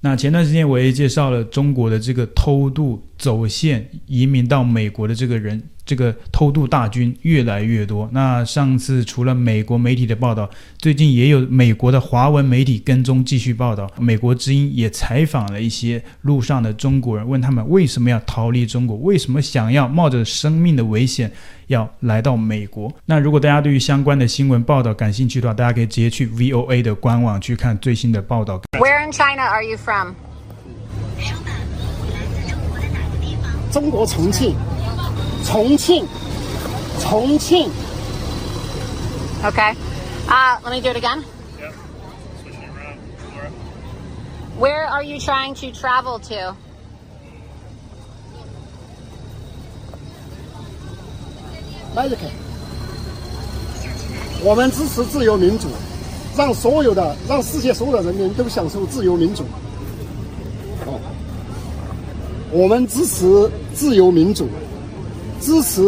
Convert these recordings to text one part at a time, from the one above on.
那前段时间我也介绍了中国的这个偷渡走线移民到美国的这个人，这个偷渡大军越来越多。那上次除了美国媒体的报道，最近也有美国的华文媒体跟踪继续报道。美国之音也采访了一些路上的中国人，问他们为什么要逃离中国，为什么想要冒着生命的危险要来到美国。那如果大家对于相关的新闻报道感兴趣的话，大家可以直接去 VOA 的官网去看最新的报道。 Where in China are you from? 说吧，你来自中国的哪个地方？中国重庆，重庆，重庆， Okay. Uh, let me do it again. Where are you trying to travel to? America。我们支持自由民主，让所有的让世界所有的人民都享受自由民主。哦，我们支持自由民主，支持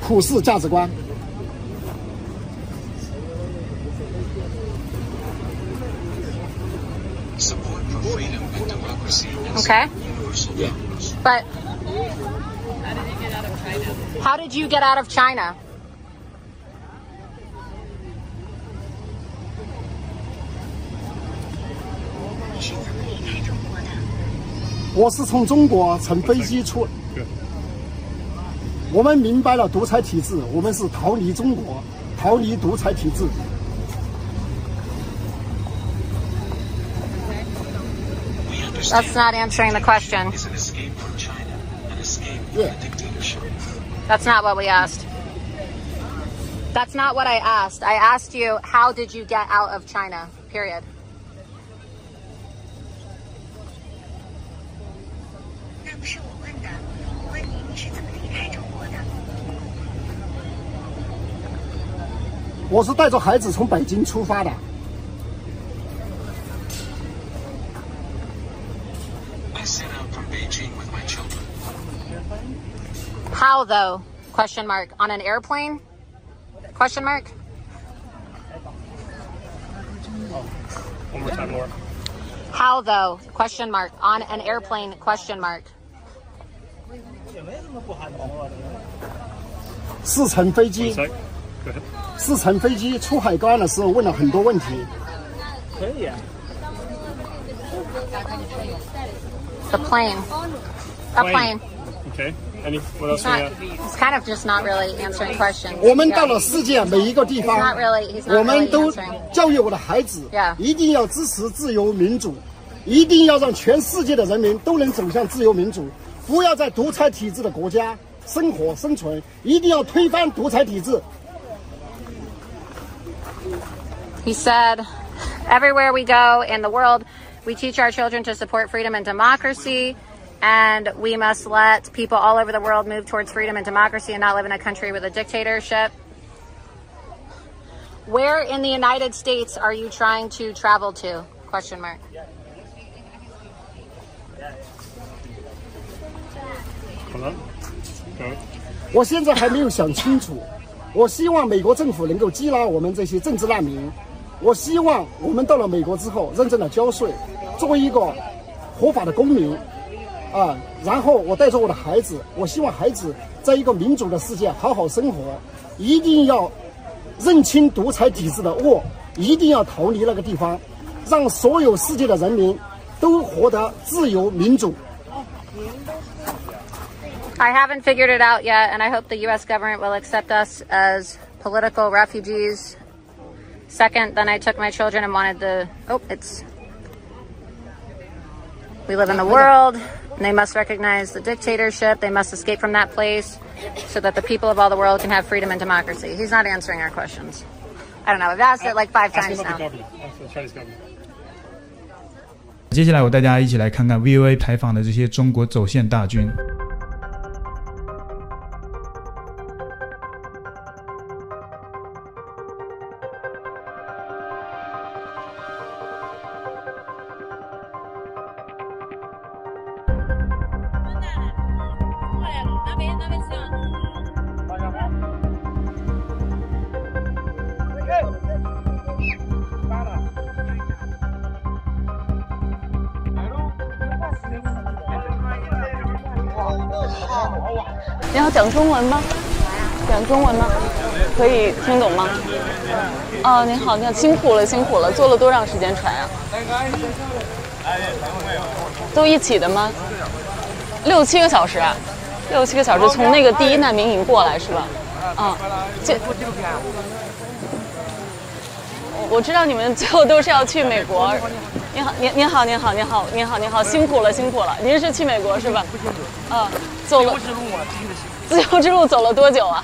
普世价值观。 Support for freedom and democracy is Okay. universal. But how did you get out of China? 是怎么离开中国的？我是从中国乘飞机出。我们明白了独裁体制，我们是逃离中国，逃离独裁体制。 We understand That's not answering the question. is an escape from China, an escape Yeah. from a dictatorship. That's not what we asked. That's not what I asked. I asked you, how did you get out of China? Period. 那不是我问的，我问你，你是怎么离开中国的？我是带着孩子从北京出发的， I set out from Beijing with my children. How though? Question mark. On an airplane? Question mark. One more time, Laura. How though? Question mark. On an airplane? Question mark. 是乘飞机， Sec. Go ahead. 是乘飞机出海关的时候问了很多问题。 The plane. A plane. Plane. Okay. Any? What else It's we not. got? It's kind of just not really answering questions. 我们到 Yeah. 了世界每一个地 He's 方 not，really. He's 我 not 们 really 都 answering. 教育我的孩子 Yeah.，一定要支持自由民主，一定要让全世界的人民都能走向自由民主，不要在独裁体制的国家生活生存，一定要推翻独裁体制。 He said, everywhere we go in the world, we teach our children to support freedom and democracy, and we must let people all over the world move towards freedom and democracy and not live in a country with a dictatorship. Where in the United States are you trying to travel to? Question mark. Hold on. Go. 我现在还没有想清楚。我希望美国政府能够缉拿我们这些政治难民。我希望我们到了美国之后，认真的交税，做一个合法的公民，啊，然后我带着我的孩子，我希望孩子在一个民主的世界好好生活，一定要认清独裁体制的恶，一定要逃离那个地方，让所有世界的人民都活得自由民主。 I haven't figured it out yet, and I hope the U.S. government will accept us as political refugees. Second, then I took my children and wanted the. Oh, it's. We live in the world, and they must recognize the dictatorship. They must escape from that place so that the people of all the world can have freedom and democracy. He's not answering our questions. I don't know. I've asked it like five Ask times about the now. government. Ask the Chinese government. 接下来我带大家一起来看看 VOA 采访的这些中国走线大军。 Hello. 你好，讲中文吗？讲中文吗？可以听懂吗？哦，您好，您好，辛苦了，辛苦了，坐了多长时间船啊？都一起的吗？六七个小时啊，六七个小时从那个第一难民营过来是吧？嗯，这我知道你们最后都是要去美国。您好，您您好，您好，您好，您好，您好，辛苦了，辛苦了。您是去美国是吧？嗯，走了。 自由之路走了多久啊？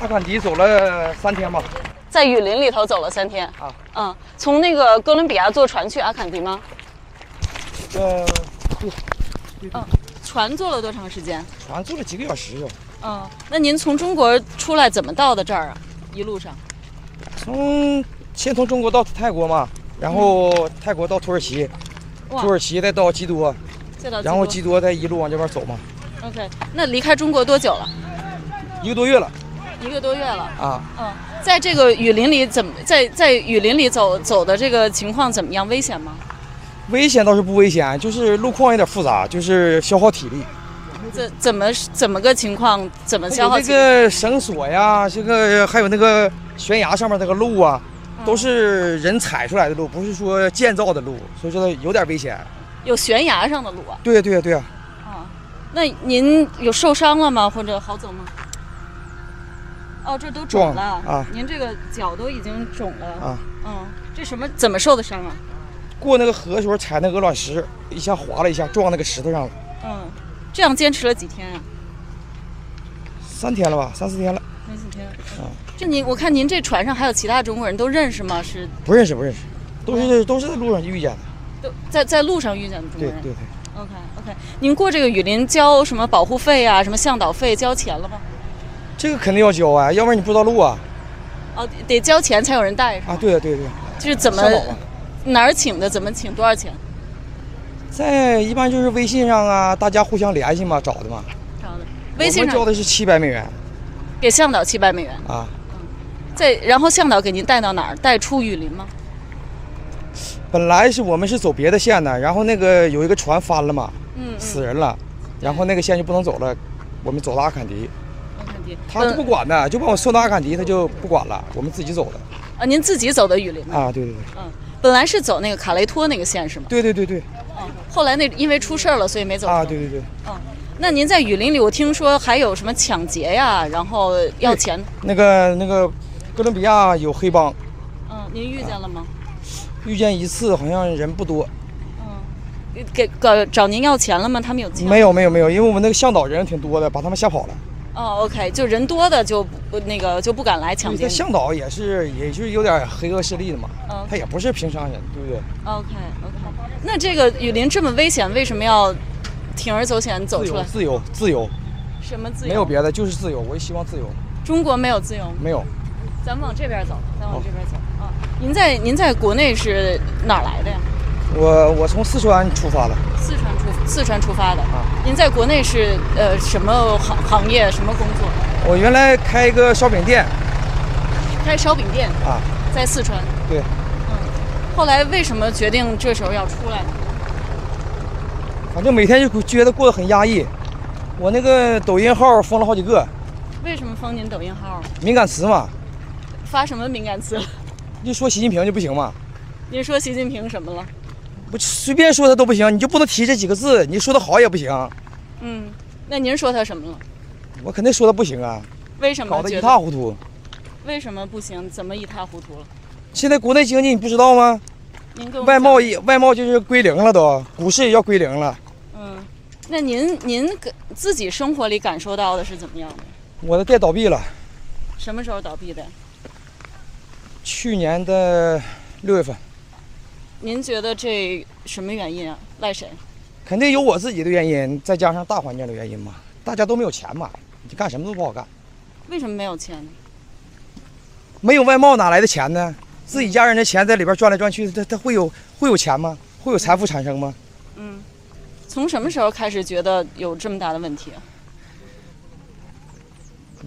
阿坎迪走了三天吧，在雨林里头走了三天。啊，嗯，从那个哥伦比亚坐船去阿坎迪吗？呃，船坐了多长时间？船坐了几个小时就，嗯，那您从中国出来怎么到的这儿啊？一路上？从先从中国到泰国嘛，然后泰国到土耳其，哇土耳其再到基多，再到然后基基多再一路往这边走嘛，多 OK，那离开中国多久了？一个多月了一个多月了。啊，嗯，在这个雨林里怎么在在雨林里走走的这个情况怎么样？危险吗？危险倒是不危险，就是路况有点复杂，就是消耗体力。怎怎么怎么个情况？怎么消有耗那体力？哎个绳索呀，这个还有那个悬崖上面那个路啊，都是人踩出来的路，不是说建造的路，所以说有点危险。有悬崖上的路啊。对对对啊，啊，那您有受伤了吗？或者好走吗？哦，这都肿撞了了啊！您这个脚都已经肿了啊！嗯，这什么怎么受的伤啊？过那个河的时候踩那鹅卵石，一下滑了一下，撞那个石头上了。嗯，这样坚持了几天啊？三天了吧，三四天了，没几天。啊这您我看您这船上还有其他中国人都认识吗？是不认识不认识，都是都是在路上遇见的。都在在路上遇见的中国对人。对对， OK OK，您过这个雨林交什么保护费啊？什么向导费交钱了吗？这个肯定要交啊，要不然你不知道路啊哦，得交钱才有人带是吧？啊！对对啊就对，是怎么向导吧哪儿请的，怎么请，多少钱？在一般就是微信上啊，大家互相联系嘛，找的嘛。这样的。微信我们交上的是七百美元给向导七百美元。啊，再然后向导给您带到哪儿？带出雨林吗？本来是我们是走别的线的，然后那个有一个船翻了嘛，嗯死人了，然后那个线就不能走了，我们走了阿坎迪，阿坎迪。他就不管呢，就把我送到阿坎迪，他就不管了，我们自己走的啊，您自己走的雨林吗？啊，对对对。嗯，本来是走那个卡雷托那个线是吗？对对对对嗯，后来那因为出事儿了，所以没走成啊，对对对，嗯，那您在雨林里，我听说还有什么抢劫呀，然后要钱。那个那个哥伦比亚有黑帮，嗯，您遇见了吗？遇见一次好像人不多，嗯，给给找您要钱了吗？他们有钱？没有没有没有，因为我们那个向导人挺多的，把他们吓跑了。哦，OK，就人多的就不那个就不敢来抢劫这你。向导也是也就是有点黑恶势力的嘛嗯，他也不是平常人，对不对？ OK OK，那这个雨林这么危险，为什么要铤而走险走自出由来？自由自由，什么自由？没有别的，就是自由。我也希望自由，中国没有自由吗，没有。咱们往这边走，咱哦往这边走啊、您在您在国内是哪儿来的呀？我我从四川出发的，四川出四川出发的。啊您在国内是呃什么行行业什么工作？我原来开一个烧饼店开烧饼店，啊，在四川。嗯对，后来为什么决定这时候要出来呢？反正每天就觉得过得很压抑。我那个抖音号封了好几个，为什么封您抖音号？敏感词嘛，发什么敏感词了？ 就说习近平就不行嘛。您说习近平什么了？我随便说他都不行，你就不能提这几个字，你说他好也不行，嗯，那您说他什么了？我肯定说他不行啊，为什么搞得觉一得塌糊涂。为什么不行？怎么一塌糊涂了？现在国内经济你不知道吗？您跟我外讲贸也外贸就是归零了都，股市也要归零了。嗯，那您您感自己生活里感受到的是怎么样的？我的店倒闭了，什么时候倒闭的？去年的六月份，您觉得这什么原因啊？赖谁？肯定有我自己的原因，再加上大环境的原因嘛，大家都没有钱买，你干什么都不好干。为什么没有钱呢？没有外贸哪来的钱呢？自己家人的钱在里边转来转去，他他会有会有钱吗？会有财富产生吗？从什么时候开始觉得有这么大的问题啊？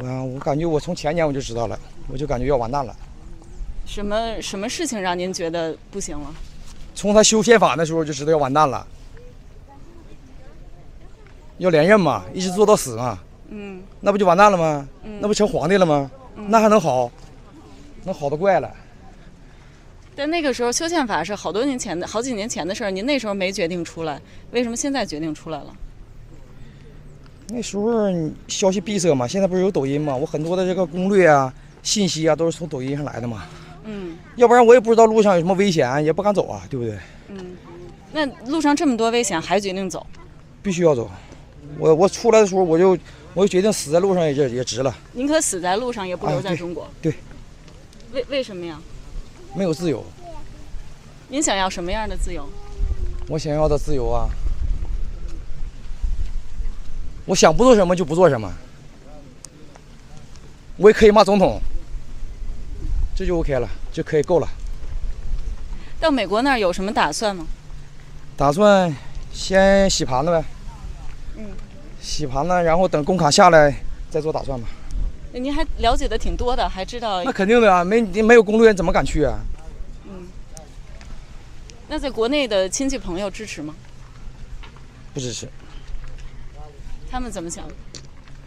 啊我我感觉我从前年我就知道了，我就感觉要完蛋了。什么什么事情让您觉得不行了？从他修宪法那时候就知道要完蛋了。要连任嘛，一直做到死嘛，嗯那不就完蛋了吗？那不成皇帝了吗？那还能好？能好的怪了。但那个时候修宪法是好多年前的好几年前的事儿，您那时候没决定出来，为什么现在决定出来了？那时候消息闭塞嘛，现在不是有抖音嘛，我很多的这个攻略啊、信息啊都是从抖音上来的嘛，嗯要不然我也不知道路上有什么危险，也不敢走啊，对不对？嗯，那路上这么多危险，还决定走？必须要走。我我出来的时候我就我就决定死在路上也也值了，宁可死在路上，也不留在中国。哎对对为为什么呀？没有自由，您想要什么样的自由？我想要的自由啊，我想不做什么就不做什么，我也可以骂总统，这就 OK 了，就可以够了。到美国那儿有什么打算吗？打算先洗盘子呗。嗯。洗盘子，然后等工卡下来再做打算吧。您还了解的挺多的，还知道那肯定的啊，没你没有攻略怎么敢去啊？那在国内的亲戚朋友支持吗？不支持。他们怎么想？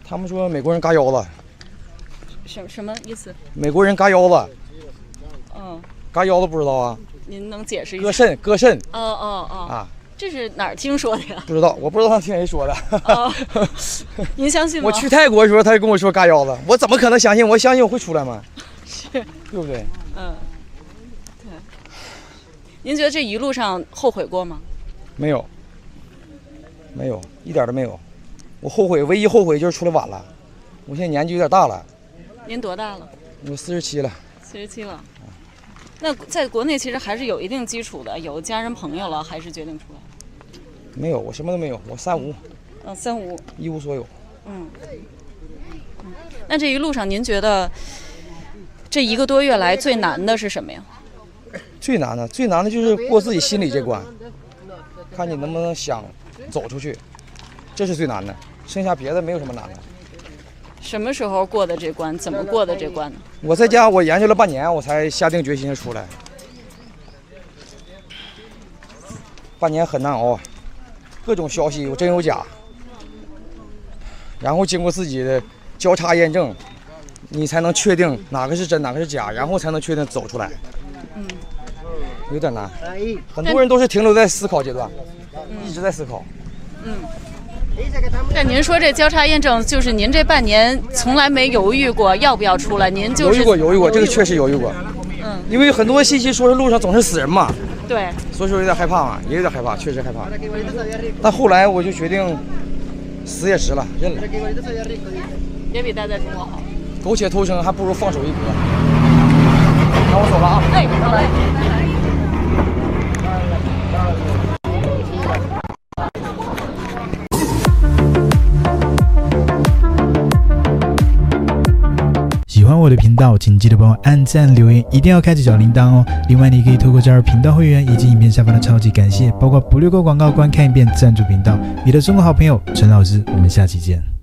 他们说美国人嘎腰子，什什么意思？美国人嘎腰子，嗯，嘎腰子不知道啊？您能解释一下？割肾，割肾哦哦哦，啊？这是哪儿听说的呀？不知道，我不知道他听谁说的。 哦，您相信吗？我去泰国的时候，他就跟我说嘎腰子，我怎么可能相信？我相信我会出 来吗？是，对不对？嗯，对。您觉得这一路上后悔过吗？没有，没有，一点都没有。我后悔，唯一后悔就是出来晚了。我现在年纪有点大了，您多大了？我四十七了。四十七了。那在国内其实还是有一定基础的，有家人朋友了，还是决定出来。没有，我什么都没有，我三无，嗯，三无。一无所有。嗯。嗯那这一路上，您觉得这一个多月来最难的是什么呀？最难的，最难的就是过自己心里这关，看你能不能想走出去，这是最难的。剩下别的没有什么难的。什么时候过的这关？怎么过的这关呢？我在家我研究了半年，我才下定决心出来。半年很难熬啊，各种消息有真有假，然后经过自己的交叉验证，你才能确定哪个是真，哪个是假，然后才能确定走出来。嗯，有点难。很多人都是停留在思考阶段，一直在思考。但您说这交叉验证，就是您这半年从来没犹豫过要不要出来，您就犹豫是过，犹豫过，这个确实犹豫过。嗯，因为很多信息说是路上总是死人嘛，对，所以说有点害怕嘛，也有点害怕，确实害怕。但后来我就决定，死也值了，认了，也比待在中国好。苟且偷生还不如放手一搏。那我走了啊。哎，好嘞。喜欢我的频道，请记得帮我按赞、留言，一定要开启小铃铛哦。另外，你可以透过加入频道会员以及影片下方的超级感谢，包括不略过广告、观看一遍赞助频道。你的中国好朋友陈老师，我们下期见。